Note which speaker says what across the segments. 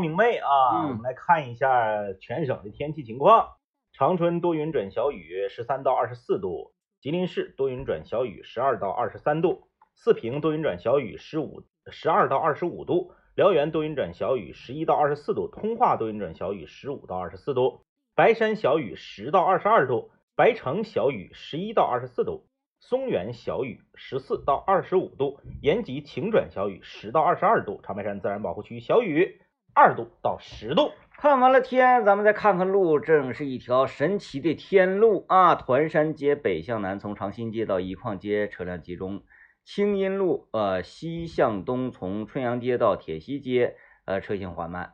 Speaker 1: 明媚啊，
Speaker 2: 嗯
Speaker 1: 我们来看一下全省的天气情况。长春多云转小雨，十三到二十四度；吉林市多云转小雨，十二到二十三度；四平多云转小雨，十五十二到二十五度；辽源多云转小雨，十一到二十四度；通化多云转小雨，十五到二十四度；白山小雨，十到二十二度；白城小雨，十一到二十四度；松原小雨，十四到二十五度；延吉晴转小雨，十到二十二度；长白山自然保护区小雨。二度到十度。
Speaker 2: 看完了天，咱们再看看路，正是一条神奇的天路啊！团山街北向南，从长辛街到一矿街车辆集中；清音路呃西向东，从春阳街到铁西街呃车行缓慢；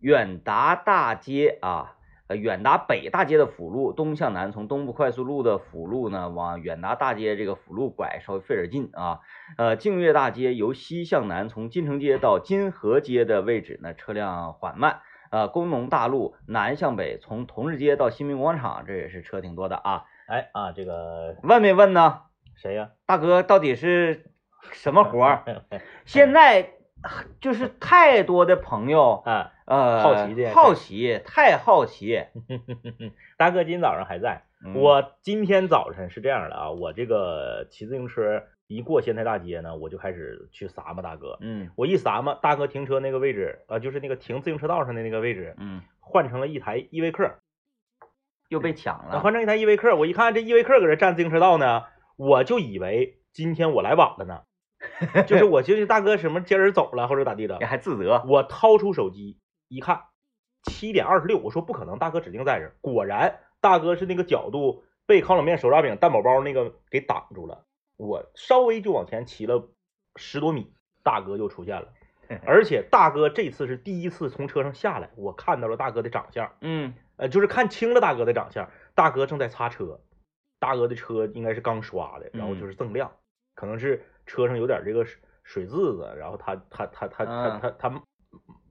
Speaker 2: 远达大街啊。呃，远达北大街的辅路东向南，从东部快速路的辅路呢，往远达大街这个辅路拐，稍微费点劲啊。呃，净月大街由西向南，从金城街到金河街的位置呢，车辆缓慢。呃，工农大路南向北，从同志街到新民广场，这也是车挺多的啊。
Speaker 1: 哎啊，这个
Speaker 2: 问没问呢？
Speaker 1: 谁呀、
Speaker 2: 大哥到底是什么活儿？现在就是太多的朋友
Speaker 1: 啊？
Speaker 2: 呃
Speaker 1: 好奇这件事
Speaker 2: 好奇，太好奇。
Speaker 1: 大哥今天早上还在。
Speaker 2: 嗯
Speaker 1: 我今天早晨是这样的啊，我这个骑自行车一过仙台大街呢，我就开始去撒嘛大哥。
Speaker 2: 嗯
Speaker 1: 我一撒嘛，大哥停车那个位置啊、呃就是那个停自行车道上的那个位置，
Speaker 2: 嗯，
Speaker 1: 换成了一台 E 依维柯。
Speaker 2: 又被抢
Speaker 1: 啊，
Speaker 2: 了。
Speaker 1: 换成一台依维柯，我一看这 E 依维柯搁这占自行车道呢，我就以为今天我来晚了呢， 就是我就是大哥什么今儿走了或者咋地的
Speaker 2: 你，还自责？
Speaker 1: 我掏出手机一看，七点二十六，我说不可能，大哥指定在这儿。果然，大哥是那个角度被烤冷面、手抓饼、蛋堡包那个给挡住了。我稍微就往前骑了十多米，大哥就出现了。而且大哥这次是第一次从车上下来，我看到了大哥的长相，
Speaker 2: 嗯
Speaker 1: 呃，就是看清了大哥的长相。大哥正在擦车，大哥的车应该是刚刷的，然后就是锃亮，可能是车上有点这个水水渍子，然后他他他他他他他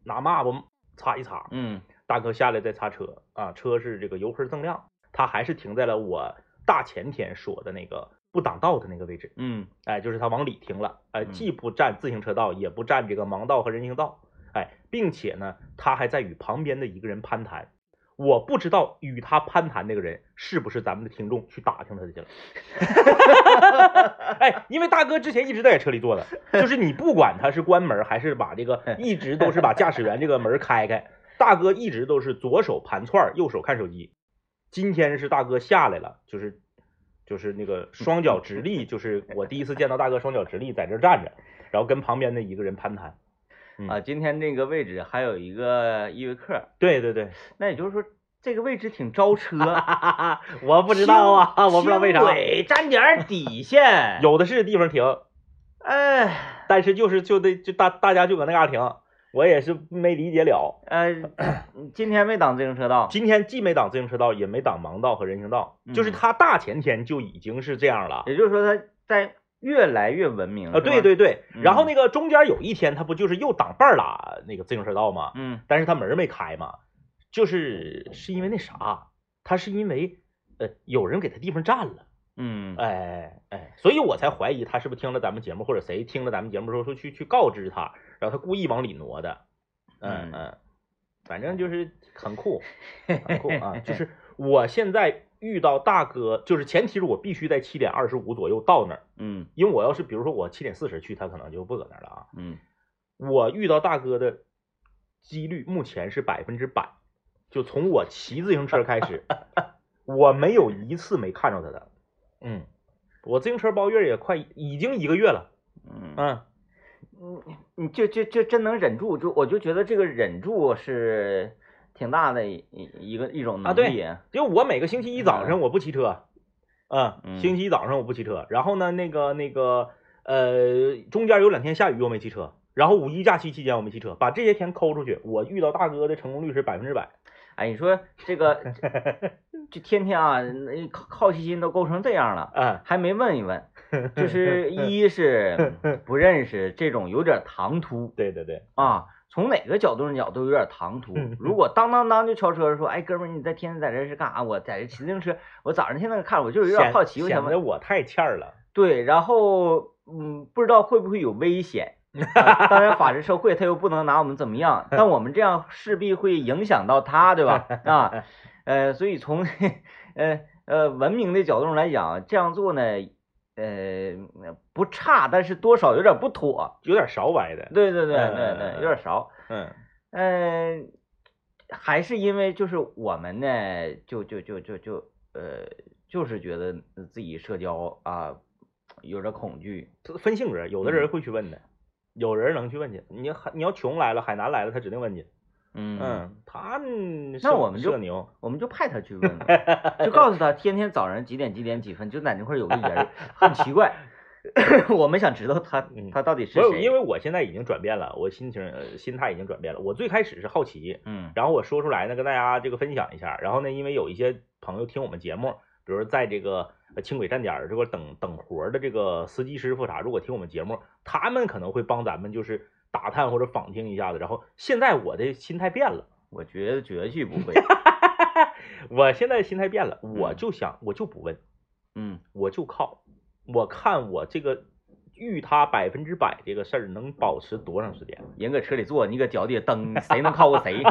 Speaker 1: 拿抹布擦一擦。
Speaker 2: 嗯
Speaker 1: 大哥下来再擦车啊，车是这个油门锃亮，他还是停在了我大前天说的那个不挡道的那个位置，
Speaker 2: 嗯
Speaker 1: 哎，就是他往里停了，哎，
Speaker 2: 嗯
Speaker 1: 既不占自行车道，也不占这个盲道和人行道，哎，并且呢，他还在与旁边的一个人攀谈。我不知道与他攀谈那个人是不是咱们的听众，去打听他去了。 哎，因为大哥之前一直在车里坐的，就是你不管他是关门还是把这个，一直都是把驾驶员这个门开开。大哥一直都是左手盘串儿，右手看手机。今天是大哥下来了，就是就是那个双脚直立，就是我第一次见到大哥双脚直立在这儿站着，然后跟旁边的一个人攀谈。嗯
Speaker 2: 啊，今天这个位置还有一个依维柯，
Speaker 1: 对对对，
Speaker 2: 那也就是说这个位置挺招车。
Speaker 1: 我不知道 啊，我不知道为啥。
Speaker 2: 轻，轨沾点儿底线
Speaker 1: 有的是地方停，
Speaker 2: 哎
Speaker 1: 但是就是就得就大大家就搁那嘎停，我也是没理解了。
Speaker 2: 呃，今天没挡自行车道。
Speaker 1: 今天既没挡自行车道，也没挡盲道和人行道，就是
Speaker 2: 嗯
Speaker 1: 他大前天就已经是这样了。
Speaker 2: 也就是说，它在越来越文明
Speaker 1: 啊，对，对对，
Speaker 2: 嗯
Speaker 1: 然后那个中间有一天，他不就是又挡半拉那个自行车道吗
Speaker 2: 是？吗
Speaker 1: 但是他门儿没开嘛，就是是因为那啥，他是因为呃有人给他地方占了，
Speaker 2: 嗯嗯，
Speaker 1: 哎哎，所以我才怀疑他是不是听了咱们节目，或者谁听了咱们节目之后说去去告知他，然后他故意往里挪的，嗯
Speaker 2: 嗯
Speaker 1: 嗯，反正就是很酷，很酷啊！就是我现在遇到大哥，就是前提是我必须在七点二十五左右到那儿。
Speaker 2: 嗯
Speaker 1: 因为我要是比如说我七点四十去，他可能就不搁那儿了啊。
Speaker 2: 嗯，
Speaker 1: 我遇到大哥的几率目前是百分之百，就从我骑自行车开 始，我没有一次没看着他的。嗯，我自行车包月也快已经一个月了。
Speaker 2: 嗯，
Speaker 1: 嗯，
Speaker 2: 你就就就真能忍住，就我就觉得这个忍住是挺大的一一个一种
Speaker 1: 啊
Speaker 2: 能力。
Speaker 1: 就我每个星期一早上我不骑车，嗯，
Speaker 2: 嗯
Speaker 1: 星期一早上我不骑车。然后呢，那个那个呃，中间有两天下雨我没骑车，然后五一假期期间我没骑车，把这些天抠出去，我遇到大哥的成功率是百分之百。
Speaker 2: 哎，你说这 个这天天啊，那好好奇心都勾成这样了。
Speaker 1: 嗯，
Speaker 2: 还没问 一问，就是一是不认识这种有点唐突
Speaker 1: 对对对，
Speaker 2: 啊，从哪个角度上讲都有点唐突。
Speaker 1: 嗯
Speaker 2: 如果当当当就敲车说，哎哥们儿，你在天天在这是干啥？我在这骑自行车，我早上天天看，我就是有点
Speaker 1: 显
Speaker 2: 好奇，我
Speaker 1: 显
Speaker 2: 想
Speaker 1: 得
Speaker 2: 问。
Speaker 1: 我太欠儿了。
Speaker 2: 对，然后嗯，不知道会不会有危险， 啊当然，法治社会他又不能拿我们怎么样，但我们这样势必会影响到他，对吧？啊，呃，所以从呃呃文明的角度上来讲，这样做呢，呃不差，但是多少有点不妥。
Speaker 1: 有点少歪的。
Speaker 2: 对对对
Speaker 1: 嗯
Speaker 2: 对对，有点少。
Speaker 1: 嗯
Speaker 2: 嗯、还是因为就是我们呢，就就就就就呃，就是觉得自己社交啊有点恐惧。，
Speaker 1: 分性质，有的人会去问的，有人能去问去。你海你要穷来了，海南来了，他指定问你。
Speaker 2: 嗯，
Speaker 1: 嗯，他们
Speaker 2: 那
Speaker 1: 是
Speaker 2: 我们
Speaker 1: 是
Speaker 2: 就
Speaker 1: 个牛，
Speaker 2: 我们就派他去问了，就告诉他天天早上几点几点几分就在那块儿有个人儿，很奇怪。 我们想知道他
Speaker 1: 嗯
Speaker 2: 他到底是
Speaker 1: 不是
Speaker 2: 谁，
Speaker 1: 因
Speaker 2: 为
Speaker 1: 为我现在已经转变了，我心情呃心态已经转变了。我最开始是好奇，
Speaker 2: 嗯
Speaker 1: 然后我说出来呢，跟大家这个分享一下。然后呢，因为有一些朋友听我们节目，比如在这个呃轻轨站点儿这块等等活儿的这个司机师傅啥，如果听我们节目，他们可能会帮咱们就是打探或者仿听一下子。然后现在我的心态变了。
Speaker 2: 我觉得绝对不会，
Speaker 1: 我现在心态变了，我
Speaker 2: 嗯
Speaker 1: 就想，我就不问，
Speaker 2: 嗯
Speaker 1: 我就靠，我看我这个遇他百分之百这个事儿能保持多长时 间？
Speaker 2: 人搁车里坐，你搁脚底下蹬，谁能靠过谁？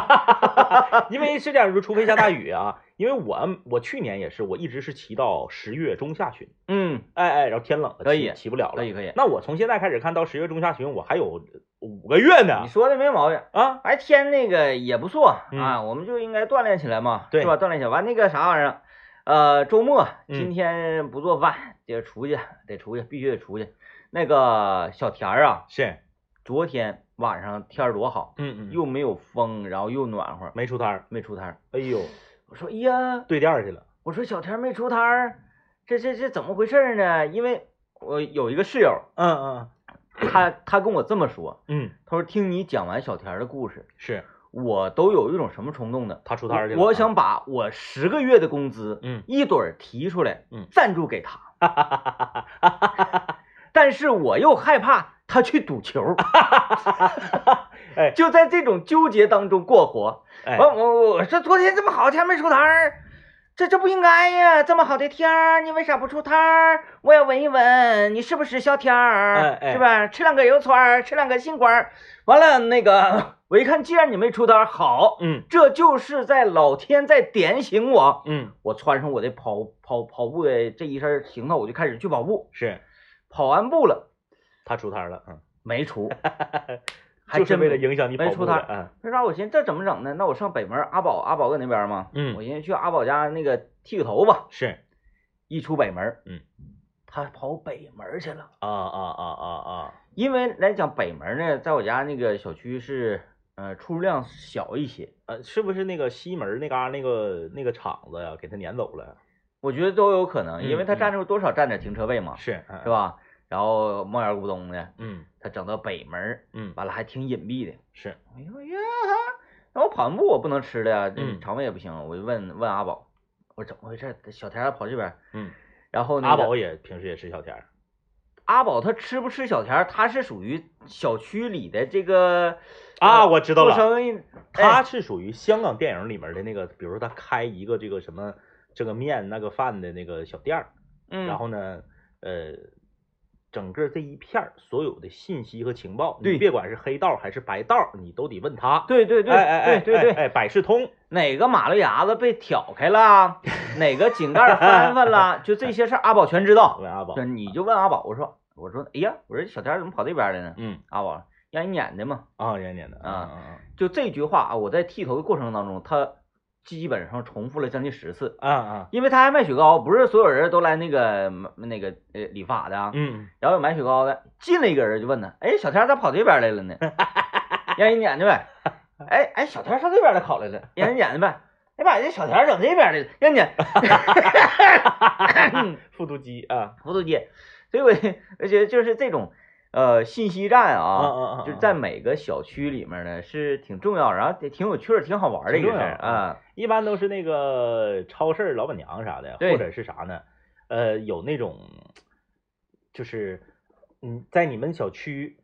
Speaker 1: 因为是这样说，除非下大雨啊，因为我我去年也是，我一直是骑到十月中下旬，
Speaker 2: 嗯，
Speaker 1: 哎哎，然后天冷了，
Speaker 2: 可
Speaker 1: 骑
Speaker 2: 以
Speaker 1: 骑不了
Speaker 2: 可
Speaker 1: 了
Speaker 2: 以。可以，
Speaker 1: 那我从现在开始看到十月中下旬，我还有五个月呢
Speaker 2: 你说的没毛病。
Speaker 1: 啊！
Speaker 2: 哎，天那个也不错
Speaker 1: 嗯
Speaker 2: 啊，我们就应该锻炼起来嘛，
Speaker 1: 对
Speaker 2: 是吧？锻炼起来，完那个啥玩意儿，呃，周末
Speaker 1: 嗯
Speaker 2: 今天不做饭，得出去，得出去，必须得出去。那个小田儿啊，
Speaker 1: 是，
Speaker 2: 昨天晚上天儿多好，
Speaker 1: 嗯嗯，
Speaker 2: 又没有风，然后又暖和，
Speaker 1: 没出摊儿，
Speaker 2: 没出摊儿。
Speaker 1: 哎呦，
Speaker 2: 我说，哎呀，
Speaker 1: 对店儿去了，
Speaker 2: 我说小田没出摊儿，这这这怎么回事儿呢？因为我有一个室友，
Speaker 1: 嗯嗯
Speaker 2: 他他跟我这么说，
Speaker 1: 嗯，
Speaker 2: 他说听你讲完小田儿的故事，
Speaker 1: 是
Speaker 2: 我都有一种什么冲动呢？
Speaker 1: 他出摊儿去了，啊
Speaker 2: 我我，想把我十个月的工资，
Speaker 1: 嗯
Speaker 2: 一盹儿提出来，
Speaker 1: 嗯
Speaker 2: 赞助给他。 但是我又害怕他去赌球，
Speaker 1: 哎
Speaker 2: 就在这种纠结当中过活。
Speaker 1: 哎，
Speaker 2: 我我我说昨天这么好天没出摊儿，这这不应该呀！这么好的天儿，你为啥不出摊儿？我要闻一闻，你是不是小天儿？
Speaker 1: 哎哎
Speaker 2: 是吧？吃两个油串儿，吃两个杏瓜儿。完了那个，我一看，既然你没出摊儿，好，
Speaker 1: 嗯
Speaker 2: 这就是在老天在点醒我。
Speaker 1: 嗯
Speaker 2: 我穿上我的跑跑跑步的这一身行头，我就开始去跑步。
Speaker 1: 是，
Speaker 2: 跑完步了
Speaker 1: 他出摊儿了，嗯。
Speaker 2: 没 出，还
Speaker 1: 就是
Speaker 2: 真
Speaker 1: 为了
Speaker 2: 没
Speaker 1: 影响你跑
Speaker 2: 没
Speaker 1: 步
Speaker 2: 出
Speaker 1: 的
Speaker 2: 摊儿。为啥我寻思这怎么整呢？那我上北门阿宝阿宝搁那边吗？
Speaker 1: 嗯
Speaker 2: 我寻思去阿宝家那个剃个头吧。
Speaker 1: 嗯，是
Speaker 2: 一出北门，
Speaker 1: 嗯，
Speaker 2: 他跑北门去了。
Speaker 1: 啊啊啊啊啊，
Speaker 2: 因为来讲北门呢，在我家那个小区是呃出入量小一些，
Speaker 1: 呃，是不是那个西门那嘎、那个那个厂子呀、给他撵走了？
Speaker 2: 我觉得都有可能，
Speaker 1: 嗯
Speaker 2: 因为他占着多少占点停车位嘛，
Speaker 1: 是，
Speaker 2: 是
Speaker 1: 是？
Speaker 2: 吧？然后猫眼咕咚的，
Speaker 1: 嗯
Speaker 2: 他整到北门，
Speaker 1: 嗯，
Speaker 2: 完了还挺隐蔽的。
Speaker 1: 是，
Speaker 2: 哎呦呀，那我跑完步我不能吃的呀，
Speaker 1: 嗯
Speaker 2: 肠胃也不行。我就问问阿宝，我说怎么回事？小田儿跑这边儿，
Speaker 1: 嗯，
Speaker 2: 然后那
Speaker 1: 阿
Speaker 2: 个呃
Speaker 1: 宝也平时也吃小甜儿，
Speaker 2: 阿宝他吃不吃小田儿，他是属于小区里的这个
Speaker 1: 啊
Speaker 2: 呃
Speaker 1: 我知道了
Speaker 2: 做生意
Speaker 1: 他
Speaker 2: 哎
Speaker 1: 是属于香港电影里面的那个，比如说他开一个这个什么这个面那个饭的那个小店儿，
Speaker 2: 嗯，
Speaker 1: 然后呢，呃。整个这一片儿所有的信息和情报，
Speaker 2: 对
Speaker 1: 你别管是黑道还是白道，你都得问他。
Speaker 2: 对对对
Speaker 1: 哎哎哎
Speaker 2: 对对对，
Speaker 1: 哎，百事通。
Speaker 2: 哪个马路牙子被挑开了，哪个井盖儿翻翻了，就这些事儿阿宝全知 道。
Speaker 1: 问阿宝
Speaker 2: 就，你就问阿宝，我说我说哎呀，我说小田儿怎么跑这边儿来呢？
Speaker 1: 嗯
Speaker 2: 阿宝让人撵的嘛，
Speaker 1: 啊，演演的嗯
Speaker 2: 啊
Speaker 1: 嗯嗯
Speaker 2: 就这句话啊，我在剃头的过程当中，他基本上重复了将近十次。
Speaker 1: 啊啊，
Speaker 2: 因为他还卖雪糕，不是所有人都来那个那个呃理发的啊，
Speaker 1: 嗯，
Speaker 2: 然后有买雪糕的，进来一个人就问他：“哎，小天咋跑这边来了呢？”让人撵的呗。哎哎，小天上这边来烤来了，让人撵的呗。哎把这小天整这边来了，让撵。 嗯
Speaker 1: 复读机啊，
Speaker 2: 糊涂街，所以我我觉得就是这种呃信息站
Speaker 1: 啊
Speaker 2: 啊，
Speaker 1: 啊
Speaker 2: 就是在每个小区里面呢是挺重要，然后也挺有趣儿、挺好玩儿的一个事儿
Speaker 1: 挺重要
Speaker 2: 啊。
Speaker 1: 一般都是那个超市老板娘啥的，
Speaker 2: 对
Speaker 1: 或者是啥呢？呃，有那种就是嗯，在你们小区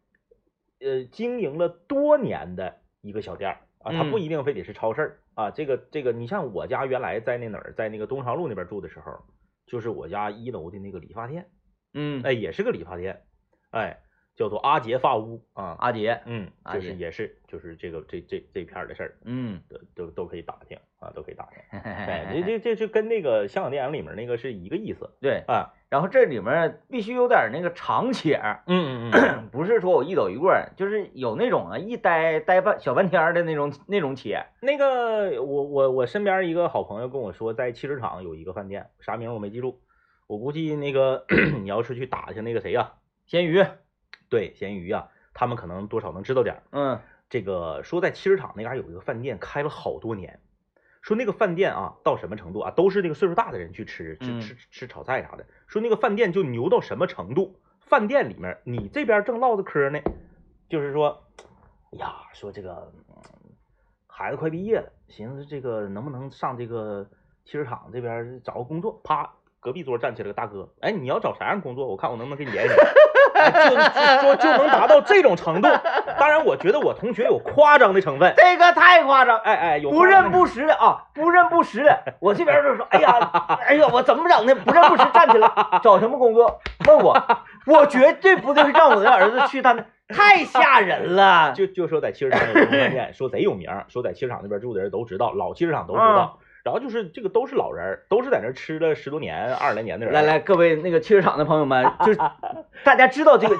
Speaker 1: 呃经营了多年的一个小店儿啊，它
Speaker 2: 嗯
Speaker 1: 不一定非得是超市儿啊。这个这个，你像我家原来在那哪儿，在那个东长路那边住的时候，就是我家一楼的那个理发店，
Speaker 2: 嗯，
Speaker 1: 哎，也是个理发店，哎，叫做阿杰发屋啊，
Speaker 2: 阿杰，
Speaker 1: 嗯，
Speaker 2: 阿
Speaker 1: 就是
Speaker 2: 杰
Speaker 1: 也是就是这个这这这片儿的事儿，
Speaker 2: 嗯，
Speaker 1: 都都都可以打听啊，都可以打听。哎， 这这
Speaker 2: 对
Speaker 1: 这就跟那个香港电影里面那个是一个意思
Speaker 2: 对，
Speaker 1: 啊。
Speaker 2: 然后这里面必须有点那个长且儿，
Speaker 1: 嗯嗯嗯
Speaker 2: 不是说我一抖一棍儿，就是有那种啊一呆呆半小半天儿的那种那种且，
Speaker 1: 那个我我我身边一个好朋友跟我说，在汽车厂有一个饭店，啥名儿我没记住，我估计那个 你要是去打听那个谁呀、
Speaker 2: 咸鱼，
Speaker 1: 对，咸鱼呀、他们可能多少能知道点儿。
Speaker 2: 嗯
Speaker 1: 这个说在汽车厂那嘎有一个饭店开了好多年，说那个饭店啊到什么程度啊，都是那个岁数大的人去吃
Speaker 2: 嗯
Speaker 1: 吃吃吃炒菜啥的。说那个饭店就牛到什么程度，饭店里面你这边正唠着嗑呢，就是说，哎呀，说这个嗯孩子快毕业了，寻思这个能不能上这个汽车厂这边找个工作，啪。隔壁桌站起来个大哥，哎，你要找啥样工作？我看我能不能给你联系。哎就就说就能达到这种程度，当然，我觉得我同学有夸张的成分。
Speaker 2: 这个太夸张，
Speaker 1: 哎哎，有
Speaker 2: 不
Speaker 1: 夸张
Speaker 2: 认不识的啊，不认不识的，我这边就说，哎 呀，哎呀，我怎么整的？不认不识，站起来，找什么工作？问我，我绝对不对，让我的儿子去他那，太吓人了。
Speaker 1: 就就说在汽车厂有个饭店，说贼有名儿，说在汽车厂那边住的人都知道，老汽车厂都知道。
Speaker 2: 嗯
Speaker 1: 然后就是这个都是老人儿，都是在那儿吃了十多年、二十来年的人。
Speaker 2: 来，来，各位那个汽车厂的朋友们，就是大家知道这个，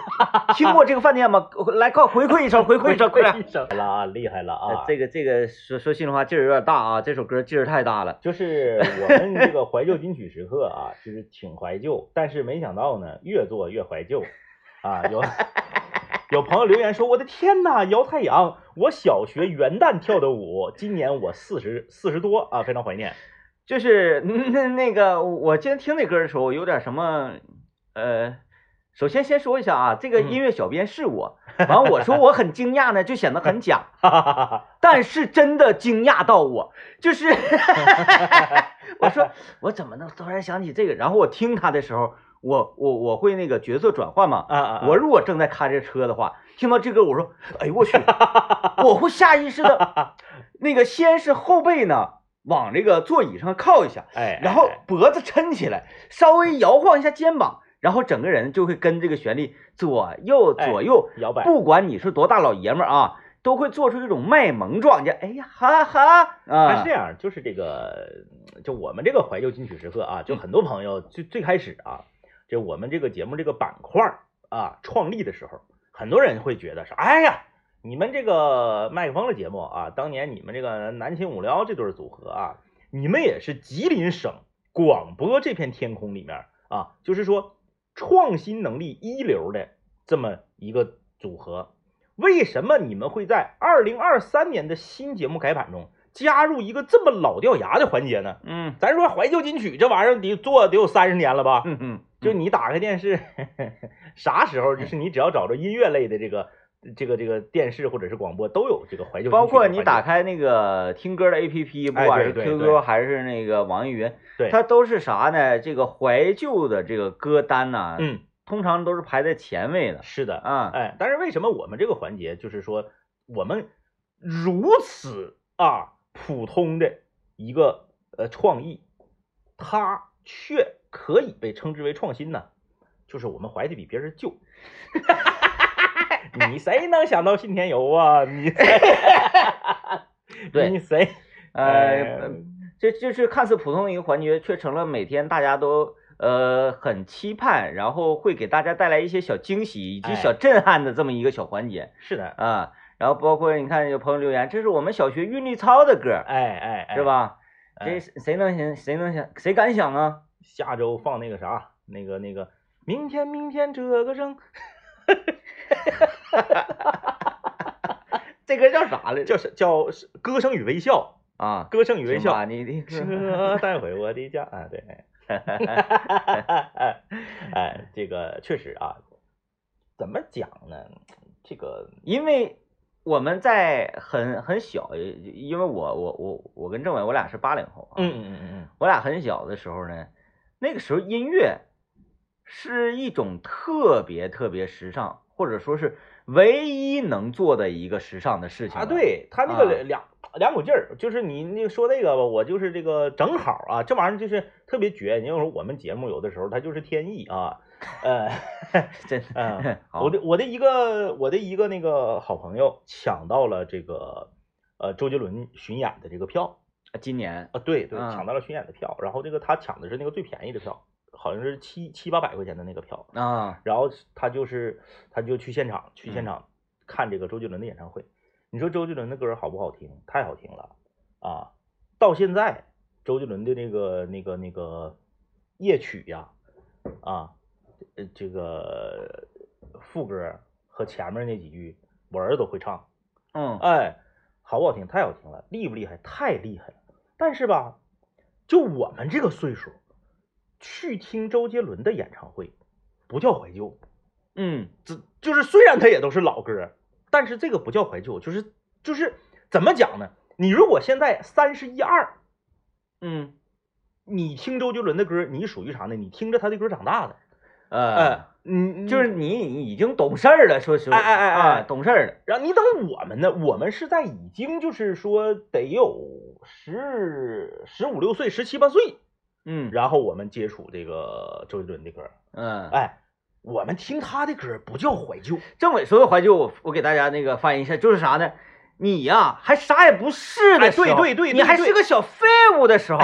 Speaker 2: 听过这个饭店吗？来，快回馈一声，回馈一声，快点！哎
Speaker 1: 了啊，厉害了啊！
Speaker 2: 这个这个说说心里话，劲儿有点大啊，这首歌劲儿太大了。
Speaker 1: 就是我们这个怀旧金曲时刻啊，就是挺怀旧，但是没想到呢，越做越怀旧啊。有有朋友留言说：“我的天呐，姚太阳，我小学元旦跳的舞，今年我四十四十多啊，非常怀念。
Speaker 2: 就是嗯那那个，我今天听那歌的时候有点什么，呃，首先先说一下啊，这个
Speaker 1: 嗯
Speaker 2: 音乐小编是我，完我说我很惊讶呢，就显得很假，”
Speaker 1: 哈哈哈哈
Speaker 2: 但是真的惊讶到我，就是 我说我怎么能突然想起这个？然后我听他的时候，我我我会那个角色转换嘛，
Speaker 1: 啊啊！
Speaker 2: 我如果正在开着车的话，听到这歌，我说，哎呦我去，我会下意识的，那个先是后背呢往这个座椅上靠一下，
Speaker 1: 哎，
Speaker 2: 然后
Speaker 1: 哎哎
Speaker 2: 脖子抻起来，稍微摇晃一下肩膀，然后整个人就会跟这个旋律左右
Speaker 1: 哎
Speaker 2: 左右，
Speaker 1: 摇摆，
Speaker 2: 不管你是多大老爷们儿啊，都会做出一种卖萌状，就哎呀哈哈
Speaker 1: 它是
Speaker 2: 啊
Speaker 1: 这，样，就是这个，就我们这个怀旧金曲时刻啊，就很多朋友最最开始啊，就我们这个节目这个板块儿啊创立的时候，很多人会觉得是，哎呀，你们这个麦克风的节目啊，当年你们这个南秦五聊这对儿组合啊，你们也是吉林省广播这片天空里面啊，就是说创新能力一流的这么一个组合，为什么你们会在二零二三年的新节目改版中加入一个这么老掉牙的环节呢？
Speaker 2: 嗯
Speaker 1: 咱说怀旧金曲这玩意儿得做得有三十年了吧？
Speaker 2: 嗯嗯，
Speaker 1: 就你打开电视， 啥时候就是你只要找着音乐类的这个这个这个电视或者是广播都有这个怀旧金曲的环
Speaker 2: 包
Speaker 1: 节，
Speaker 2: 括你打开那个听歌的 APP，
Speaker 1: 哎
Speaker 2: 不管是
Speaker 1: 对对对
Speaker 2: QQ 还是那个网易云，
Speaker 1: 对
Speaker 2: 它都是啥呢？这个怀旧的这个歌单呐、
Speaker 1: 嗯
Speaker 2: 通常都是排在前位的
Speaker 1: 是的
Speaker 2: 啊。
Speaker 1: 哎，但是为什么我们这个环节就是说我们如此啊普通的一个呃创意，它却可以被称之为创新呢？就是我们怀的比别人旧。 你谁能想到信天游啊？你谁
Speaker 2: 对
Speaker 1: 你谁？哎
Speaker 2: 呃，这就是看似普通的一个环节，却成了每天大家都呃很期盼，然后会给大家带来一些小惊喜以及
Speaker 1: 哎
Speaker 2: 小震撼的这么一个小环节
Speaker 1: 是的，
Speaker 2: 啊。然后包括你看有朋友留言，这是我们小学韵律操的歌，
Speaker 1: 哎哎哎，
Speaker 2: 是？吧？
Speaker 1: 哎
Speaker 2: 这谁能想？谁能想？谁敢想啊？
Speaker 1: 下周放那个啥，那个那个，明天明天这个声
Speaker 2: 这歌叫啥来着？
Speaker 1: 叫是叫是歌声与微笑，
Speaker 2: 啊，
Speaker 1: 歌声与微
Speaker 2: 行吧
Speaker 1: 笑，
Speaker 2: 你你
Speaker 1: 车带回我的家啊，对， 哎，这个确实啊，怎么讲呢？这个
Speaker 2: 因为我们在很很小，因为我我我我跟政委我俩是八零后啊，
Speaker 1: 嗯嗯嗯
Speaker 2: 我俩很小的时候呢，那个时候音乐是一种特别特别时尚，或者说是唯一能做的一个时尚的事情
Speaker 1: 啊，
Speaker 2: 了，
Speaker 1: 对他那个两两股劲儿，就是你那个说那个吧，我就是这个正好啊，这玩意儿就是特别绝。你要说我们节目有的时候它就是天意啊，呃，
Speaker 2: 真
Speaker 1: 嗯
Speaker 2: 的。 好
Speaker 1: 我的我的一个我的一个那个好朋友抢到了这个呃周杰伦巡演的这个票
Speaker 2: 今年
Speaker 1: 啊，对对，
Speaker 2: 嗯
Speaker 1: 抢到了巡演的票，然后这个他抢的是那个最便宜的票，好像是七七八百块钱的那个票，
Speaker 2: 啊，
Speaker 1: 然后他就是他就去现场去现
Speaker 2: 嗯
Speaker 1: 场看这个周杰伦的演唱会。你说周杰伦的歌好不好听？太好听了啊！到现在周杰伦的那个那个那个夜曲呀、啊，呃这个副歌和前面那几句我儿子都会唱，
Speaker 2: 嗯
Speaker 1: 哎，好不好听？太好听了，厉不厉害？太厉害了。但是吧，就我们这个岁数，去听周杰伦的演唱会，不叫怀旧。
Speaker 2: 嗯
Speaker 1: 这就是虽然它也都是老歌，但是这个不叫怀旧，就是就是怎么讲呢？你如果现在三十一二，
Speaker 2: 嗯，
Speaker 1: 你听周杰伦的歌，你属于啥呢？你听着他的歌长大的，
Speaker 2: 呃
Speaker 1: 哎，，嗯，
Speaker 2: 就是你已经懂事儿了，说实话，
Speaker 1: 哎哎哎哎
Speaker 2: 啊懂事儿了。
Speaker 1: 然后你等我们呢，我们是在已经就是说得有十十五六岁、十七八岁，
Speaker 2: 嗯
Speaker 1: 然后我们接触这个周杰伦的歌，
Speaker 2: 嗯，
Speaker 1: 哎，我们听他的歌不叫怀旧，
Speaker 2: 政委说的怀旧，我我给大家那个翻译一下，就是啥呢？你呀、还啥也不是的
Speaker 1: 哎
Speaker 2: 时候，
Speaker 1: 对对对对
Speaker 2: 你还
Speaker 1: 对
Speaker 2: 是个小废物的 时候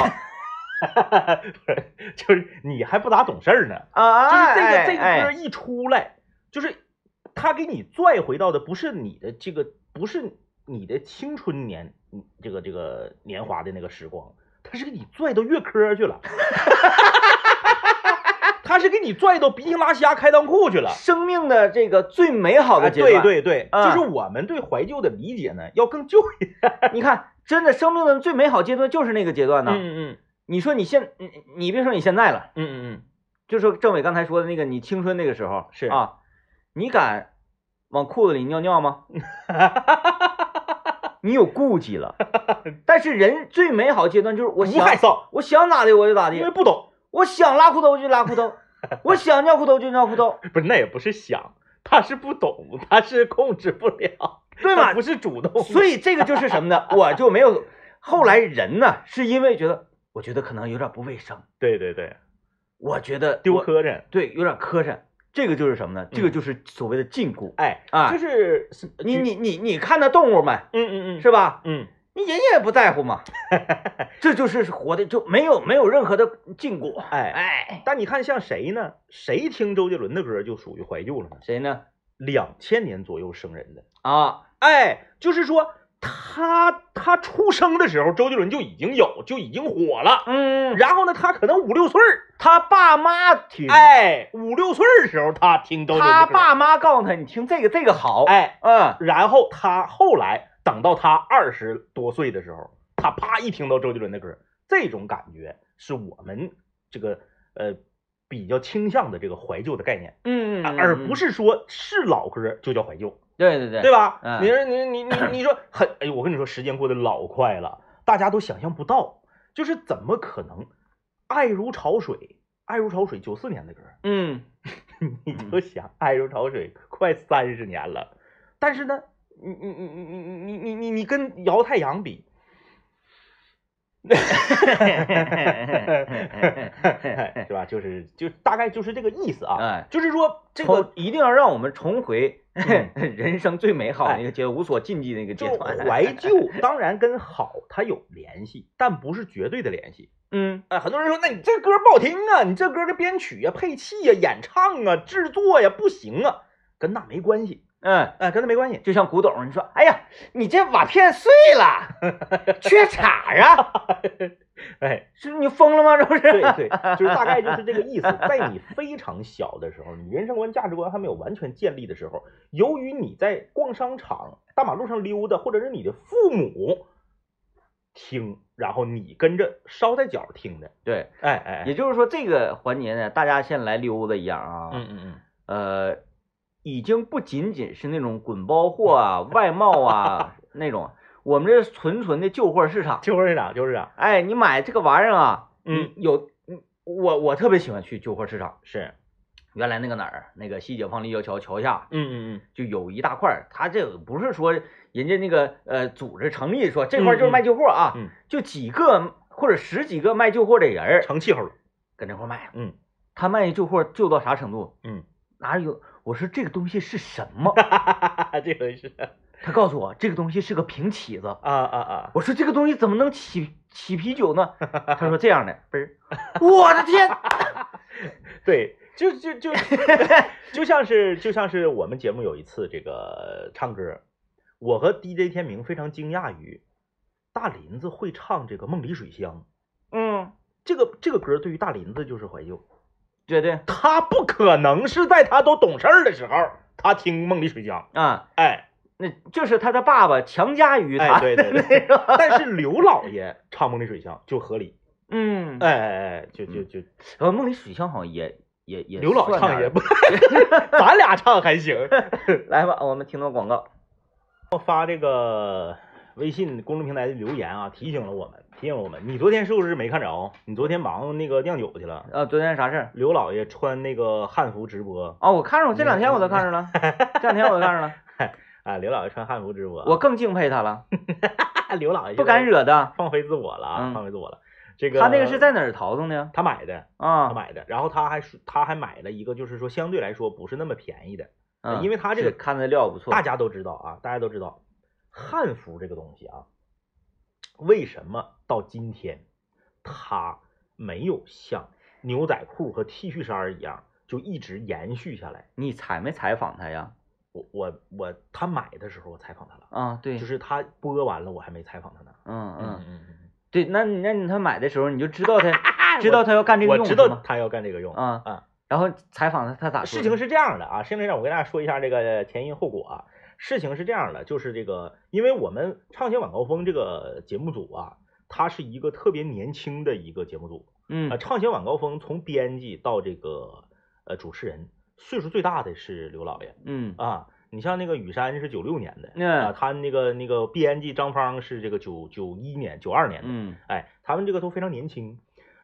Speaker 1: 就是你还不咋懂事儿呢。
Speaker 2: 啊，
Speaker 1: 就是这
Speaker 2: 哎
Speaker 1: 个这个歌
Speaker 2: 哎
Speaker 1: 一出来，就是他给你拽回到的不是你的这个，不是你的青春年，嗯这个这个年华的那个时光，他是给你拽到月科去了， 他是给你拽到鼻青拉瞎开裆裤去了。
Speaker 2: 生命的这个最美好
Speaker 1: 哎
Speaker 2: 的阶
Speaker 1: 对
Speaker 2: 段，
Speaker 1: 对对，
Speaker 2: 嗯
Speaker 1: 就是我们对怀旧的理解呢，要更旧一点。
Speaker 2: 对，你看，真的生命的最美好阶段就是那个阶段呢。
Speaker 1: 嗯
Speaker 2: 你说你现，你你别说你现在了，
Speaker 1: 嗯嗯嗯，
Speaker 2: 就说政委刚才说的那个，你青春那个时候
Speaker 1: 是
Speaker 2: 啊，你敢往裤子里尿 尿吗？你有顾 忌了，但是人最美好阶段就是我
Speaker 1: 不
Speaker 2: 想
Speaker 1: 害嗯臊，
Speaker 2: 我想咋地我就咋
Speaker 1: 因
Speaker 2: 地
Speaker 1: 为，不懂，
Speaker 2: 我想拉裤兜就拉裤兜，我想尿裤兜就尿裤兜，
Speaker 1: 不是那也不是想，他是不懂，他是控制不了，
Speaker 2: 对
Speaker 1: 他
Speaker 2: 吗？
Speaker 1: 不是主动的，
Speaker 2: 所以这个就是什么 呢？我就没有后来人呢，是因为觉得我觉得可能有点不卫生，
Speaker 1: 对对对，
Speaker 2: 我觉得
Speaker 1: 丢
Speaker 2: 我
Speaker 1: 磕碜。
Speaker 2: 对，有点磕碜。这个就是什么呢？这个就是所谓的禁锢。
Speaker 1: 哎，
Speaker 2: 啊
Speaker 1: 就是
Speaker 2: 你你你你看那动物们
Speaker 1: 嗯嗯嗯，
Speaker 2: 是吧？
Speaker 1: 嗯，
Speaker 2: 你人家也不在乎 嘛，这就是活的就没有没有任何的禁锢。
Speaker 1: 哎
Speaker 2: 哎，
Speaker 1: 但你看像谁呢？谁听周杰伦的歌就属于怀旧了呢？
Speaker 2: 谁呢？
Speaker 1: 两千年左右生人的，
Speaker 2: 啊，
Speaker 1: 哎，就是说他他出生的时候，周杰伦就已经有，就已经火了。
Speaker 2: 嗯，
Speaker 1: 然后呢，他可能五六岁儿，
Speaker 2: 他爸妈听，，
Speaker 1: 哎，五六岁儿的时候他听周杰伦
Speaker 2: 嗯他
Speaker 1: 的歌，
Speaker 2: 爸妈告诉他，你听这个这个好，，
Speaker 1: 哎，
Speaker 2: 嗯，
Speaker 1: 然后他后来等到他二十多岁的时候，他啪一听到周杰伦的歌，这种感觉是我们这个呃比较倾向的这个怀旧的概念。
Speaker 2: 嗯
Speaker 1: 啊而不，是说是老歌就叫怀旧，
Speaker 2: 对对对，
Speaker 1: 对吧？
Speaker 2: 嗯
Speaker 1: 你说你你你你说很，哎呦，我跟你说，时间过得老快了，大家都想象不到，就是怎么可能？爱如潮水，爱如潮水，九四年的歌，
Speaker 2: 嗯，
Speaker 1: 你就想爱如潮水快三十年了，但是呢，你你你你你你你你你跟姚太阳比， 哎是吧？就是就大概就是这个意思啊，
Speaker 2: 哎，
Speaker 1: 就是说这个
Speaker 2: 从一定要让我们重回
Speaker 1: 嗯哎
Speaker 2: 人生最美好的那个阶段，无所禁忌的那个阶
Speaker 1: 就
Speaker 2: 段，
Speaker 1: 怀旧，当然跟好它有联系，但不是绝对的联系。
Speaker 2: 嗯，
Speaker 1: 哎，很多人说，那你这歌不好听啊，你这歌的编曲啊、配器啊、演唱啊、制作呀、不行啊，跟那没关系。
Speaker 2: 嗯。
Speaker 1: 哎，跟那没关系。
Speaker 2: 就像古董，你说，哎呀，你这瓦片碎 了，缺茬儿啊，
Speaker 1: 哎，
Speaker 2: 是你疯了吗？这不是？
Speaker 1: 对 对，就是大概就是这个意思。在你非常小的时候，你人生观、价值观还没有完全建立的时候，由于你在逛商场、大马路上溜达，或者是你的父母听，然后你跟着捎带脚听的，
Speaker 2: 对，
Speaker 1: 哎哎，哎
Speaker 2: 也就是说这个环节呢，大家先来溜达一样啊，
Speaker 1: 嗯嗯嗯。
Speaker 2: 呃，已经不仅仅是那种滚包 货啊、外贸啊那种，我们这是纯纯的旧货市场。
Speaker 1: 就是长，就是长，
Speaker 2: 哎，你买这个玩意儿啊，
Speaker 1: 嗯
Speaker 2: 你有，嗯我我特别喜欢去旧货市场。
Speaker 1: 是，
Speaker 2: 原来那个哪儿，那个西解放立交桥桥下
Speaker 1: 嗯嗯
Speaker 2: 就有一大块儿，它这个不是说人家那个呃组织成立说这块儿就是卖旧货啊，
Speaker 1: 嗯嗯
Speaker 2: 就几个或者十几个卖旧货的人
Speaker 1: 嗯，
Speaker 2: 儿
Speaker 1: 成气候了，
Speaker 2: 跟这块儿卖，
Speaker 1: 嗯，
Speaker 2: 他卖旧货旧到啥程度？
Speaker 1: 嗯，
Speaker 2: 哪有？我说这个东西是什么？
Speaker 1: 这个是
Speaker 2: 他告诉我这个东西是个瓶起子。
Speaker 1: 啊啊啊！
Speaker 2: 我说这个东西怎么能起起啤酒呢？他说这样的，嘣儿， 我的 天！
Speaker 1: 对， 就就 就就像是就像是我们节目有一次这个唱歌，我和 DJ 天明非常惊讶于大林子会唱这个《梦里水乡》，
Speaker 2: 嗯，
Speaker 1: 这个这个歌对于大林子就是怀旧，
Speaker 2: 绝对
Speaker 1: 他不可能是在他都懂事儿的时候他听《梦里水乡》，
Speaker 2: 啊，
Speaker 1: 哎
Speaker 2: 那就是他的爸爸强加于他。
Speaker 1: 哎对 对对，但是刘老爷唱《梦里水乡》就合理，
Speaker 2: 嗯，
Speaker 1: 哎哎哎，就就就
Speaker 2: 呃，梦里水乡好像也也嗯也
Speaker 1: 刘老
Speaker 2: 算
Speaker 1: 唱
Speaker 2: 点
Speaker 1: 也
Speaker 2: 儿
Speaker 1: 不， 咱俩唱还行。
Speaker 2: 来吧，我们听段广告。
Speaker 1: 发这个微信公众平台的留言啊，提醒了我们，提醒了我们。你昨天是不是没看着？你昨天忙那个酿酒去了？
Speaker 2: 呃，昨天啥事儿？
Speaker 1: 刘老爷穿那个汉服直播，
Speaker 2: 哦，我看着我这两天我都看着了，
Speaker 1: 嗯
Speaker 2: 这两天我都看 着了，
Speaker 1: 哎，刘老爷穿汉服直播，
Speaker 2: 我更敬佩他了，
Speaker 1: 刘老爷
Speaker 2: 不敢，惹的。
Speaker 1: 放飞自我了啊，
Speaker 2: 嗯
Speaker 1: 放飞自我了。这个
Speaker 2: 他那个是在哪儿淘的呢？
Speaker 1: 他买的，他
Speaker 2: 啊，
Speaker 1: 买的，然后他还说他还买了一个，就是说相对来说不是那么便宜的，
Speaker 2: 嗯
Speaker 1: 因为他这个
Speaker 2: 是看的料不错。
Speaker 1: 大家都知道啊，大家都知道，汉服这个东西啊，为什么到今天它没有像牛仔裤和 T 恤衫儿一样就一直延续下来？
Speaker 2: 你采没采访他呀？
Speaker 1: 我我我，他买的时候我采访他了，
Speaker 2: 啊，对，
Speaker 1: 就是他播完了我还没采访他呢。
Speaker 2: 嗯嗯，
Speaker 1: 嗯嗯
Speaker 2: 对，那你那你他买的时候你就知道他
Speaker 1: 嗯，
Speaker 2: 知道他要干这 个
Speaker 1: 我
Speaker 2: 用
Speaker 1: 知
Speaker 2: 途
Speaker 1: 道
Speaker 2: 吗？
Speaker 1: 他要干这个用。
Speaker 2: 啊
Speaker 1: 啊
Speaker 2: 然后采访他，他咋说
Speaker 1: 事
Speaker 2: 的？
Speaker 1: 情是这样的啊，事情是这样，我跟大家说一下这个前因后果啊。事情是这样的，就是这个，因为我们畅想晚高峰这个节目组啊，它是一个特别年轻的一个节目组啊、呃。
Speaker 2: 嗯
Speaker 1: 畅想晚高峰从编辑到这个呃主持人，岁数最大的是刘老爷
Speaker 2: 嗯
Speaker 1: 啊。你像那个雨山是九六年的，
Speaker 2: 嗯
Speaker 1: 啊，他那个那个编辑张芳是这个九九一年、九二年的，
Speaker 2: 嗯
Speaker 1: 哎，他们这个都非常年轻。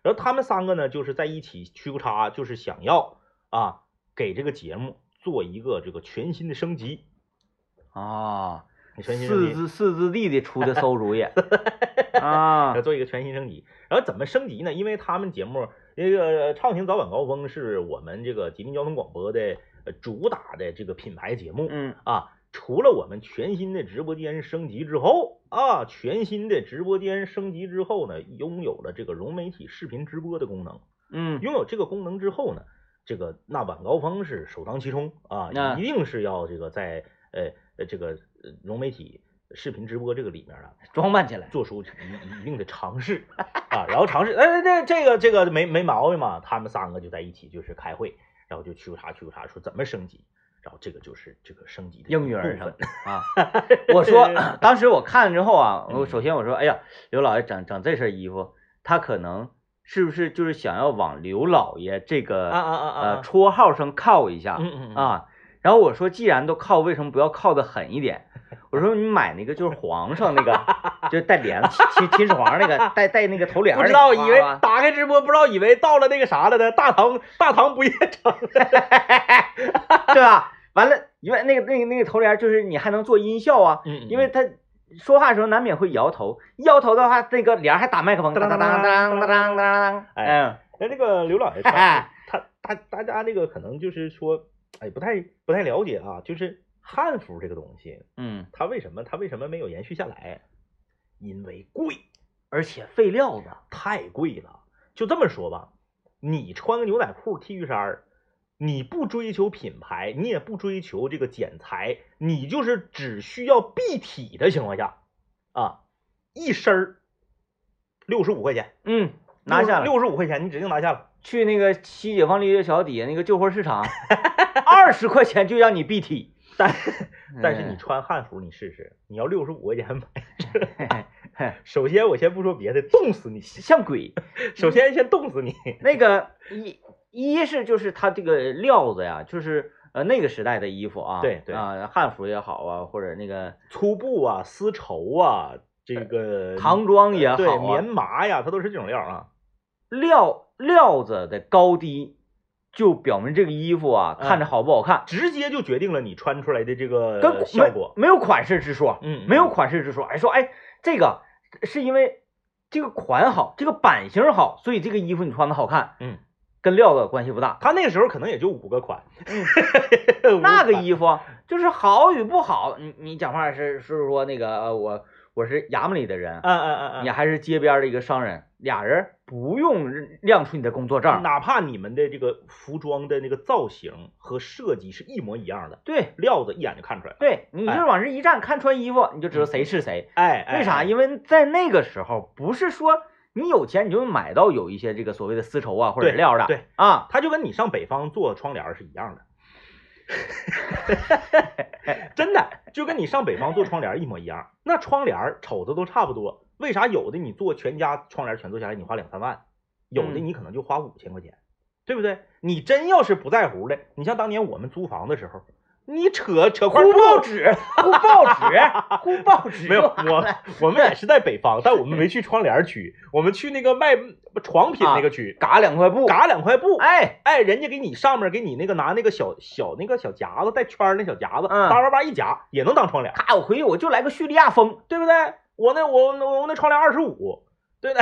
Speaker 1: 然后他们三个呢，就是在一起屈个叉，就是想要啊，给这个节目做一个这个全新的升级。
Speaker 2: 啊，
Speaker 1: 全新升
Speaker 2: 四
Speaker 1: 级，
Speaker 2: 字四字弟弟出的馊 主意啊
Speaker 1: 要，做一个全新升级。然后怎么升级呢？因为他们节目那个《畅行早晚高峰》是我们这个吉林交通广播的呃主打的这个品牌节目
Speaker 2: 嗯
Speaker 1: 啊。除了我们全新的直播间升级之后啊，全新的直播间升级之后呢，拥有了这个融媒体视频直播的功能。
Speaker 2: 嗯
Speaker 1: 拥有这个功能之后呢，这个那晚高峰是首当其冲啊，
Speaker 2: 那
Speaker 1: 一定是要这个在呃呃这个呃融媒体视频直播这个里面啊，
Speaker 2: 装扮起来，
Speaker 1: 做出一一定的尝 试啊，然后尝试，哎，这这个这个没没毛病嘛，他们三个就在一起就是开会，然后就去查去查说怎么升级，然后这个就是这个升级的
Speaker 2: 应运
Speaker 1: 一
Speaker 2: 而
Speaker 1: 部
Speaker 2: 生
Speaker 1: 分， 嗯
Speaker 2: 啊！我说，当时我看了之后啊，我首先我说，哎呀，刘老爷整整这身衣服，他可能是不是就是想要往刘老爷这个
Speaker 1: 啊啊啊啊
Speaker 2: 呃
Speaker 1: 啊，
Speaker 2: 绰号上靠一下
Speaker 1: 嗯嗯嗯，
Speaker 2: 啊？然后我说，既然都靠，为什么不要靠的狠一点？我说你买那个就是皇上 那个，就是带帘子 秦秦始皇那个带带那个头帘儿
Speaker 1: 不
Speaker 2: 那
Speaker 1: 知
Speaker 2: 个啊
Speaker 1: 道
Speaker 2: 娃
Speaker 1: 以为
Speaker 2: 娃
Speaker 1: 打开直播，不知道以为到了那个啥了的大唐大唐不夜城，
Speaker 2: 对吧？完了，因为那个那个那个头帘儿就是你还能做音效啊，
Speaker 1: 嗯
Speaker 2: 因为他说话的时候难免会摇头，一摇头的话，那个帘儿还打麦克风，当当当当当当当，
Speaker 1: 哎
Speaker 2: 嗯，哎
Speaker 1: 那这个刘 老爷他他大大家这个可能就是说，哎，不太不太了解啊，就是汉服这个东西，
Speaker 2: 嗯，
Speaker 1: 它为什么它为什么没有延续下来？因为贵，
Speaker 2: 而且废料子，
Speaker 1: 太贵了。就这么说吧，你穿个牛仔裤、T 恤衫儿，你不追求品牌，你也不追求这个剪裁，你就是只需要蔽体的情况下，啊，一身儿六十五块钱，
Speaker 2: 嗯，拿下了，
Speaker 1: 六十五块钱，你指定拿下了。
Speaker 2: 去那个西解放绿叶桥底下那个旧货市场，二十块钱就让你蔽体，
Speaker 1: 但
Speaker 2: 嗯
Speaker 1: 但是你穿汉服，你试试，你要六十五块钱买。
Speaker 2: 哎
Speaker 1: 首先，我先不说别的，冻死你。
Speaker 2: 像鬼，
Speaker 1: 首先，先冻死你。
Speaker 2: 那个一一是就是它这个料子呀，就是。呃，那个时代的衣服啊，
Speaker 1: 对对
Speaker 2: 啊，汉服也好啊，或者那个
Speaker 1: 粗布啊，丝绸啊，这个
Speaker 2: 唐装也好、啊，
Speaker 1: 对棉麻呀，它都是这种料啊。
Speaker 2: 料料子的高低，就表明这个衣服啊
Speaker 1: 嗯
Speaker 2: 看着好不好看，
Speaker 1: 直接就决定了你穿出来的这
Speaker 2: 跟
Speaker 1: 个
Speaker 2: 没
Speaker 1: 效果。
Speaker 2: 没有款式之说，
Speaker 1: 嗯，嗯
Speaker 2: 没有。款式之说。哎，说哎，这个是因为这个款好，这个版型好，所以这个衣服你穿的好看。
Speaker 1: 嗯，
Speaker 2: 跟料子关系不大。
Speaker 1: 他那个时候可能也就五个款，
Speaker 2: 嗯 那个
Speaker 1: 一
Speaker 2: 衣服就是好与不好，你你讲话是是说那个呃我我是衙门里的人，
Speaker 1: 嗯嗯嗯
Speaker 2: 你
Speaker 1: 嗯，
Speaker 2: 还是街边的一个商人，俩人不用亮出你的工作证。
Speaker 1: 哪怕你们的这个服装的那个造型和设计是一模一样的，
Speaker 2: 对
Speaker 1: 料子一眼就看出来了。
Speaker 2: 对，你就是往这一站，看穿衣服你就知道谁是谁。
Speaker 1: 哎，哎
Speaker 2: 为啥？
Speaker 1: 哎
Speaker 2: 因为在那个时候，不是说你有钱你就能买到有一些这个所谓的丝绸啊或者
Speaker 1: 对
Speaker 2: 料的，
Speaker 1: 对
Speaker 2: 啊，
Speaker 1: 他就跟你上北方做窗帘儿是一 样的，真的就跟你上北方做窗帘儿一模一样。那窗帘儿瞅着都差不多，为啥有的你做全家窗帘儿全做下来你花两三万，有的
Speaker 2: 嗯
Speaker 1: 你可能就花五千块钱，对不对？你真要是不在乎的，你像当年我们租房的时候，你扯扯块
Speaker 2: 糊报
Speaker 1: 布。
Speaker 2: 纸，糊报纸，糊报纸
Speaker 1: 没有，
Speaker 2: 就完
Speaker 1: 我
Speaker 2: 了
Speaker 1: 我们也是在北方，但我们没去窗帘儿区，我们去那个卖嗯床品那个区，
Speaker 2: 嘎两块布，
Speaker 1: 嘎两块布，
Speaker 2: 哎，
Speaker 1: 哎，人家给你上面给你那个拿那个小小那个小夹子带圈儿那小夹子，
Speaker 2: 嗯
Speaker 1: 叭叭叭一夹也能当窗帘，
Speaker 2: 咔，我回去我就来个叙利亚风，
Speaker 1: 对不对？我那我我我那窗帘二十五，对 的，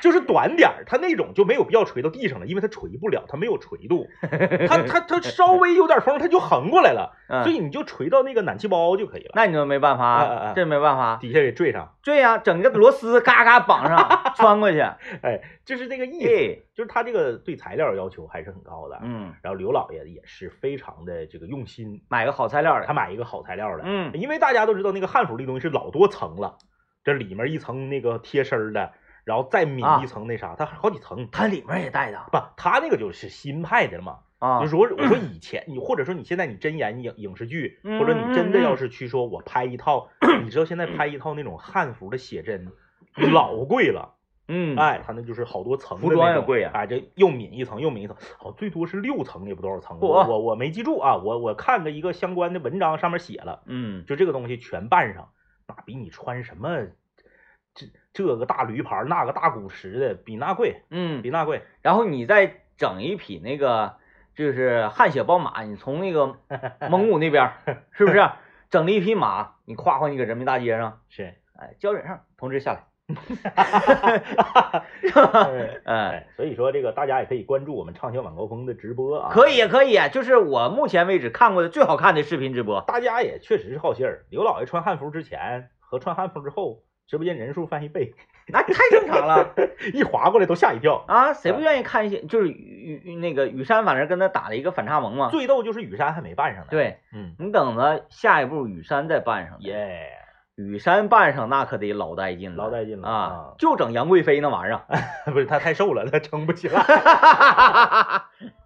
Speaker 1: 就是短点儿，它那种就没有必要垂到地上了，因为它垂不了，它没有垂 度，它它它稍微有点风，它就横过来了，
Speaker 2: 嗯，
Speaker 1: 所以你就垂到那个暖气包就可以了，
Speaker 2: 那你就没办法
Speaker 1: 哎哎
Speaker 2: 啊
Speaker 1: 哎，
Speaker 2: 这没办法。
Speaker 1: 底下给缀上，
Speaker 2: 对呀、整个螺丝嘎嘎绑上，穿过去。哎
Speaker 1: 就是这个意思，
Speaker 2: 对，
Speaker 1: 就是它这个对材料要求还是很高的。
Speaker 2: 嗯，
Speaker 1: 然后刘老爷也是非常的这个用心，
Speaker 2: 买个好材料
Speaker 1: 他
Speaker 2: 的。
Speaker 1: 买一个好材料的，
Speaker 2: 嗯
Speaker 1: 因为大家都知道那个汉服这东西是老多层了，这里面一层那个贴身儿的，然后再抿一层那啥，它好几层。
Speaker 2: 啊它里面也带的
Speaker 1: 不，它那个就是新派的了嘛。
Speaker 2: 啊
Speaker 1: 啊就，说我说以前你或者说你现在你真演影影视剧，
Speaker 2: 嗯
Speaker 1: 或者你真的要是去说我拍一套，你知道现在拍一套那种汉服的写真。老贵了，
Speaker 2: 嗯，
Speaker 1: 哎，它那就是好多层的那种，
Speaker 2: 服装也贵啊
Speaker 1: 哎，这又抿一层，又抿一层，好，最多是六层，也不多少层，
Speaker 2: 嚯
Speaker 1: 我我我没记住啊，我我看着一个相关的文章上面写了，
Speaker 2: 嗯，
Speaker 1: 就这个东西全办上，那比你穿什么这这个大驴牌儿那个大古驰的比那贵，
Speaker 2: 嗯，
Speaker 1: 比那贵。
Speaker 2: 然后你再整一匹那个就是汗血宝马，你从那个蒙古那边儿是不是整了一匹马，你夸夸你搁人民大街上，
Speaker 1: 是，
Speaker 2: 哎，交警上同志下来，
Speaker 1: 哎
Speaker 2: 哎。
Speaker 1: 哎，所以说这个大家也可以关注我们畅想晚高峰的直播啊，
Speaker 2: 可以，可以，就是我目前为止看过的最好看的视频直播。
Speaker 1: 大家也确实是好心儿。刘老爷穿汉服之前和穿汉服之后，直播间人数翻一倍，
Speaker 2: 那、太正常了，
Speaker 1: 一划过来都吓一跳。
Speaker 2: 啊，谁不愿意看一些？就是雨雨那个雨山，反正跟他打了一个反差萌嘛。
Speaker 1: 最逗就是雨山还没办上呢，，
Speaker 2: 对
Speaker 1: 嗯，
Speaker 2: 你等着下一步雨山再办上，
Speaker 1: 耶，
Speaker 2: 雨山办上那可得老带劲了，
Speaker 1: 老带劲了
Speaker 2: 啊！就整杨贵妃那玩意儿，
Speaker 1: 不是他太瘦了，他撑不起来。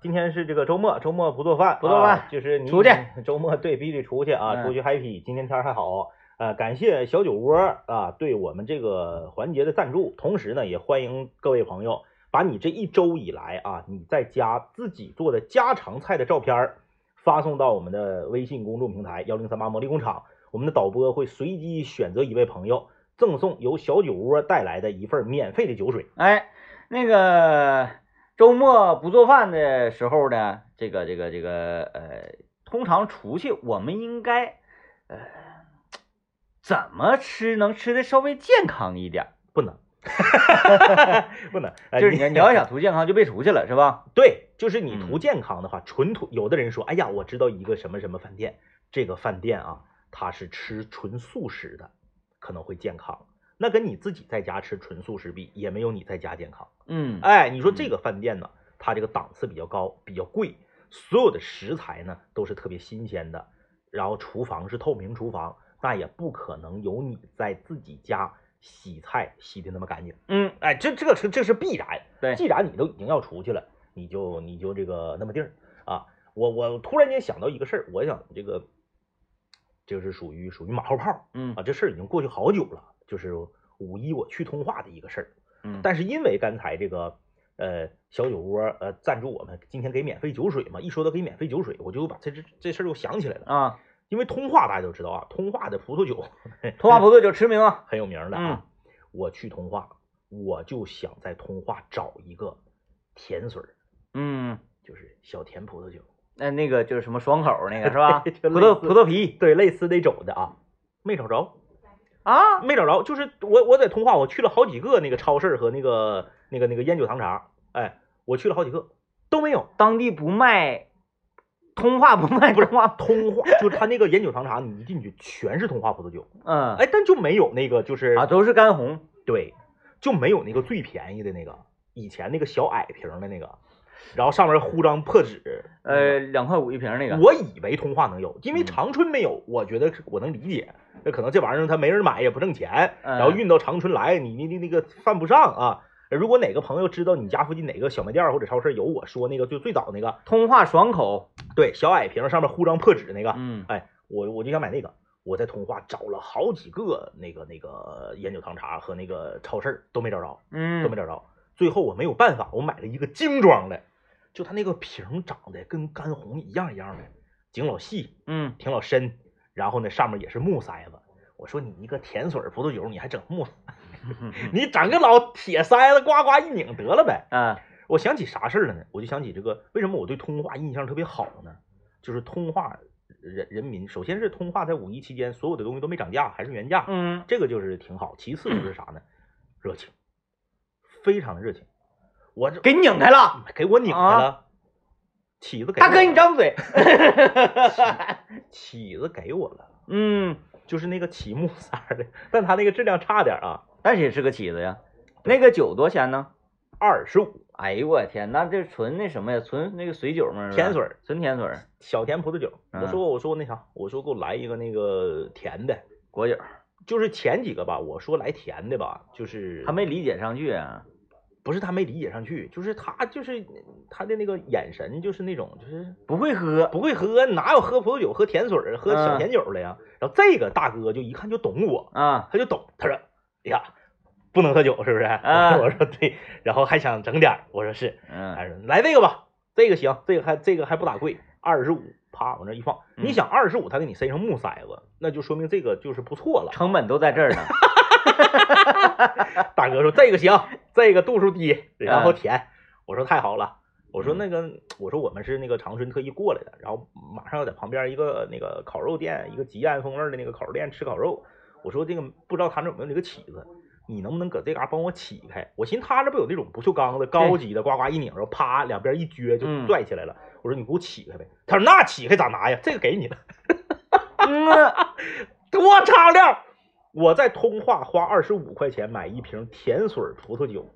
Speaker 1: 今天是这个周末，周末不做饭，
Speaker 2: 不做饭
Speaker 1: 啊就是你
Speaker 2: 出去。
Speaker 1: 周末对，必须出去啊，
Speaker 2: 嗯
Speaker 1: 出去 happy。今天天儿还好，呃，感谢小酒窝啊对我们这个环节的赞助，同时呢，也欢迎各位朋友把你这一周以来啊你在家自己做的家常菜的照片儿发送到我们的微信公众平台幺零三八魔力工厂，我们的导播会随机选择一位朋友，赠送由小酒窝带来的一份免费的酒水。
Speaker 2: 哎，那个周末不做饭的时候呢，这个这个这个呃，通常出去我们应该呃怎么吃能吃的稍微健康一点？
Speaker 1: 不能， 不能，呃
Speaker 2: 就是你你要想图健康就别出去了，是吧？
Speaker 1: 对，就是你
Speaker 2: 嗯
Speaker 1: 图健康的话，纯图有的人说，哎呀，我知道一个什么什么饭店，这个饭店啊，它是吃纯素食的，可能会健康。那跟你自己在家吃纯素食比，也没有你在家健康。
Speaker 2: 嗯，
Speaker 1: 哎，你说这
Speaker 2: 嗯
Speaker 1: 个饭店呢，它这个档次比较高，比较贵，所有的食材呢都是特别新鲜的，然后厨房是透明厨房，那也不可能有你在自己家洗菜洗的那么干净。
Speaker 2: 嗯，
Speaker 1: 哎，这这个是这是必然。
Speaker 2: 对
Speaker 1: 既然你都已经要出去了，你就你就这个那么地儿啊。我我突然间想到一个事儿，我想这个就是属于属于马后炮
Speaker 2: 嗯
Speaker 1: 啊，这事儿已经过去好久了，就是五一我去通化的一个事儿。
Speaker 2: 嗯，
Speaker 1: 但是因为刚才这个呃小酒窝呃赞助我们今天给免费酒水嘛，一说到给免费酒水，我就把这这这事儿又想起来了。
Speaker 2: 啊，
Speaker 1: 因为通化大家都知道啊，通化的葡萄酒
Speaker 2: 通化葡萄酒驰名啊，
Speaker 1: 很有名的啊。我去通化，我就想在通化找一个甜水儿，
Speaker 2: 嗯，
Speaker 1: 就是小甜葡萄酒，
Speaker 2: 那那个就是什么爽口儿那个是 吧？
Speaker 1: 就
Speaker 2: 葡
Speaker 1: 类
Speaker 2: 萄
Speaker 1: 似
Speaker 2: 葡萄皮
Speaker 1: 对，类似那种的啊，没找着，
Speaker 2: 啊，
Speaker 1: 没找着，就是我我在通化，我去了好几个那个超市和那个那个那个烟酒糖茶，哎，我去了好几个都没有，
Speaker 2: 当地不卖通化，不卖
Speaker 1: 不是
Speaker 2: 通化，
Speaker 1: 通 化，就是他那个烟酒糖茶，你一进去全是通化葡萄酒，
Speaker 2: 嗯，
Speaker 1: 哎，但就没有那个就是
Speaker 2: 啊，都是干红。
Speaker 1: 对，就没有那个最便宜的那个，以前那个小矮瓶儿的那个，然后上面糊张破纸。嗯
Speaker 2: 呃，两块五一瓶儿那个，
Speaker 1: 我以为通化能有，因为
Speaker 2: 嗯
Speaker 1: 长春没有，我觉得是我能理解。那可能这玩意儿它没人买，也不挣钱，
Speaker 2: 嗯
Speaker 1: 然后运到长春来，你你你那个犯不上啊。如果哪个朋友知道你家附近哪个小卖店儿或者超市有我说那个就最早那个，
Speaker 2: 通化爽口，
Speaker 1: 对，小矮瓶儿上面糊张破纸那个，
Speaker 2: 嗯
Speaker 1: 哎，我我就想买那个。我在通化找了好几个那个那个烟酒糖茶和那个超市儿都没找着。都没
Speaker 2: 嗯，
Speaker 1: 找着。最后我没有办法，我买了一个精装的，就它那个瓶儿长得跟干红一样一样的，井老细，
Speaker 2: 嗯，
Speaker 1: 挺老深，然后呢上面也是木塞子。我说你一个甜水葡萄酒，你还整木塞，你整个老铁塞子，呱呱一拧得了呗。
Speaker 2: 啊，
Speaker 1: 我想起啥事儿了呢？我就想起这个，为什么我对通化印象特别好呢？就是通化人人民，首先是通化在五一期间所有的东西都没涨价，还是原价，
Speaker 2: 嗯，
Speaker 1: 这个就是挺好。其次就是啥呢？热情，非常的热情。我这
Speaker 2: 给拧开了，
Speaker 1: 给我拧开了，起子给
Speaker 2: 大
Speaker 1: 我
Speaker 2: 哥你
Speaker 1: 了
Speaker 2: 张 嘴，
Speaker 1: 起子给我了，
Speaker 2: 嗯，
Speaker 1: 就是那个起木塞儿的，但它那个质量差点啊，
Speaker 2: 但是也是个起子呀。那个酒多少钱呢？
Speaker 1: 二十五
Speaker 2: 哎呦我天，那这纯那什么呀？纯那个水酒嘛，
Speaker 1: 甜水，儿，
Speaker 2: 纯甜水儿，
Speaker 1: 小甜葡萄酒。
Speaker 2: 嗯
Speaker 1: 我说我说那啥，我说给我来一个那个甜的，
Speaker 2: 果酒，
Speaker 1: 就是前几个吧，我说来甜的吧，
Speaker 2: 嗯
Speaker 1: 就是
Speaker 2: 他没理解上去啊。
Speaker 1: 不是他没理解上去，就是他就是他的那个眼神就是那种就是。
Speaker 2: 不会喝，
Speaker 1: 不会喝，哪有喝葡萄酒、喝甜水儿、喝
Speaker 2: 嗯
Speaker 1: 小甜酒的呀？然后这个大哥就一看就懂我，
Speaker 2: 啊，
Speaker 1: 他就懂，他说：“哎呀，不能喝酒是不是？”
Speaker 2: 啊
Speaker 1: 我说对，然后还想整点儿，我说是，
Speaker 2: 嗯，
Speaker 1: 他说来这个吧，这个行，这个还这个还不打贵，二十五，啪往那一放，
Speaker 2: 嗯
Speaker 1: 你想二十五他给你塞上木塞子，那就说明这个就是不错了。
Speaker 2: 成本都在这 儿呢。
Speaker 1: 大哥说这个行，这个度数低，然后甜。我说太好了，我说那个，我说我们是那个长春特意过来的，然后马上要在旁边一个那个烤肉店，一个吉安风味儿的那个烤肉店吃烤肉。我说这个不知道他那有没有那个起子，你能不能搁这嘎帮我起开？我寻思他这不有那种不锈钢的高级的，呱呱一拧，然后啪两边一撅
Speaker 2: 嗯
Speaker 1: 就拽起来了。我说你给我起开呗，他说那起开咋拿呀？这个给你了，
Speaker 2: 嗯，
Speaker 1: 多敞亮！我在通化花二十五块钱买一瓶甜水葡萄酒，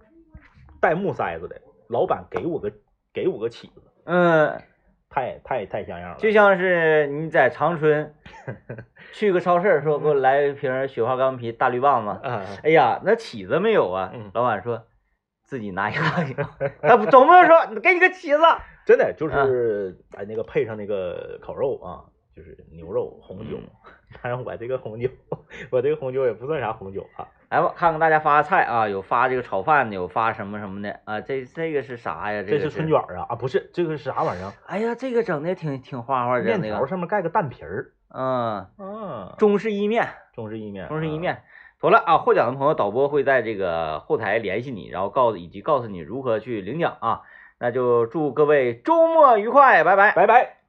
Speaker 1: 带木塞子的，老板给我个给我个起子，
Speaker 2: 嗯，
Speaker 1: 太太太像样了。
Speaker 2: 就像是你在长 春去个超市，说给我来一瓶雪花干啤大绿棒子。
Speaker 1: 啊，
Speaker 2: 哎呀，那起子没有啊
Speaker 1: 嗯？
Speaker 2: 老板说自己拿一 个行。啊，不总不能说给你个起子。
Speaker 1: 真的就是
Speaker 2: 啊
Speaker 1: 哎，那个配上那个烤肉啊，就是牛肉红酒。
Speaker 2: 嗯
Speaker 1: 当然，我这个红酒， 我这个红酒也不算啥红酒啊，
Speaker 2: 来吧，看看大家发的菜啊，有发这个炒饭的，有发什么什么的啊。这这个是啥呀？
Speaker 1: 这
Speaker 2: 个
Speaker 1: 是春。卷儿啊啊，不是，这个是啥玩意儿？
Speaker 2: 哎呀，这个整的挺挺花花的
Speaker 1: 面
Speaker 2: 那
Speaker 1: 条
Speaker 2: 个。
Speaker 1: 上面盖个蛋皮儿，
Speaker 2: 嗯，
Speaker 1: 啊，
Speaker 2: 中式意面。
Speaker 1: 中式意面，
Speaker 2: 同时一
Speaker 1: 啊，
Speaker 2: 面。妥了啊，获奖的朋友，导播会在这个后台联系你，然后告诉以及告诉你如何去领奖啊。那就祝各位周末愉快，拜拜。
Speaker 1: 拜拜。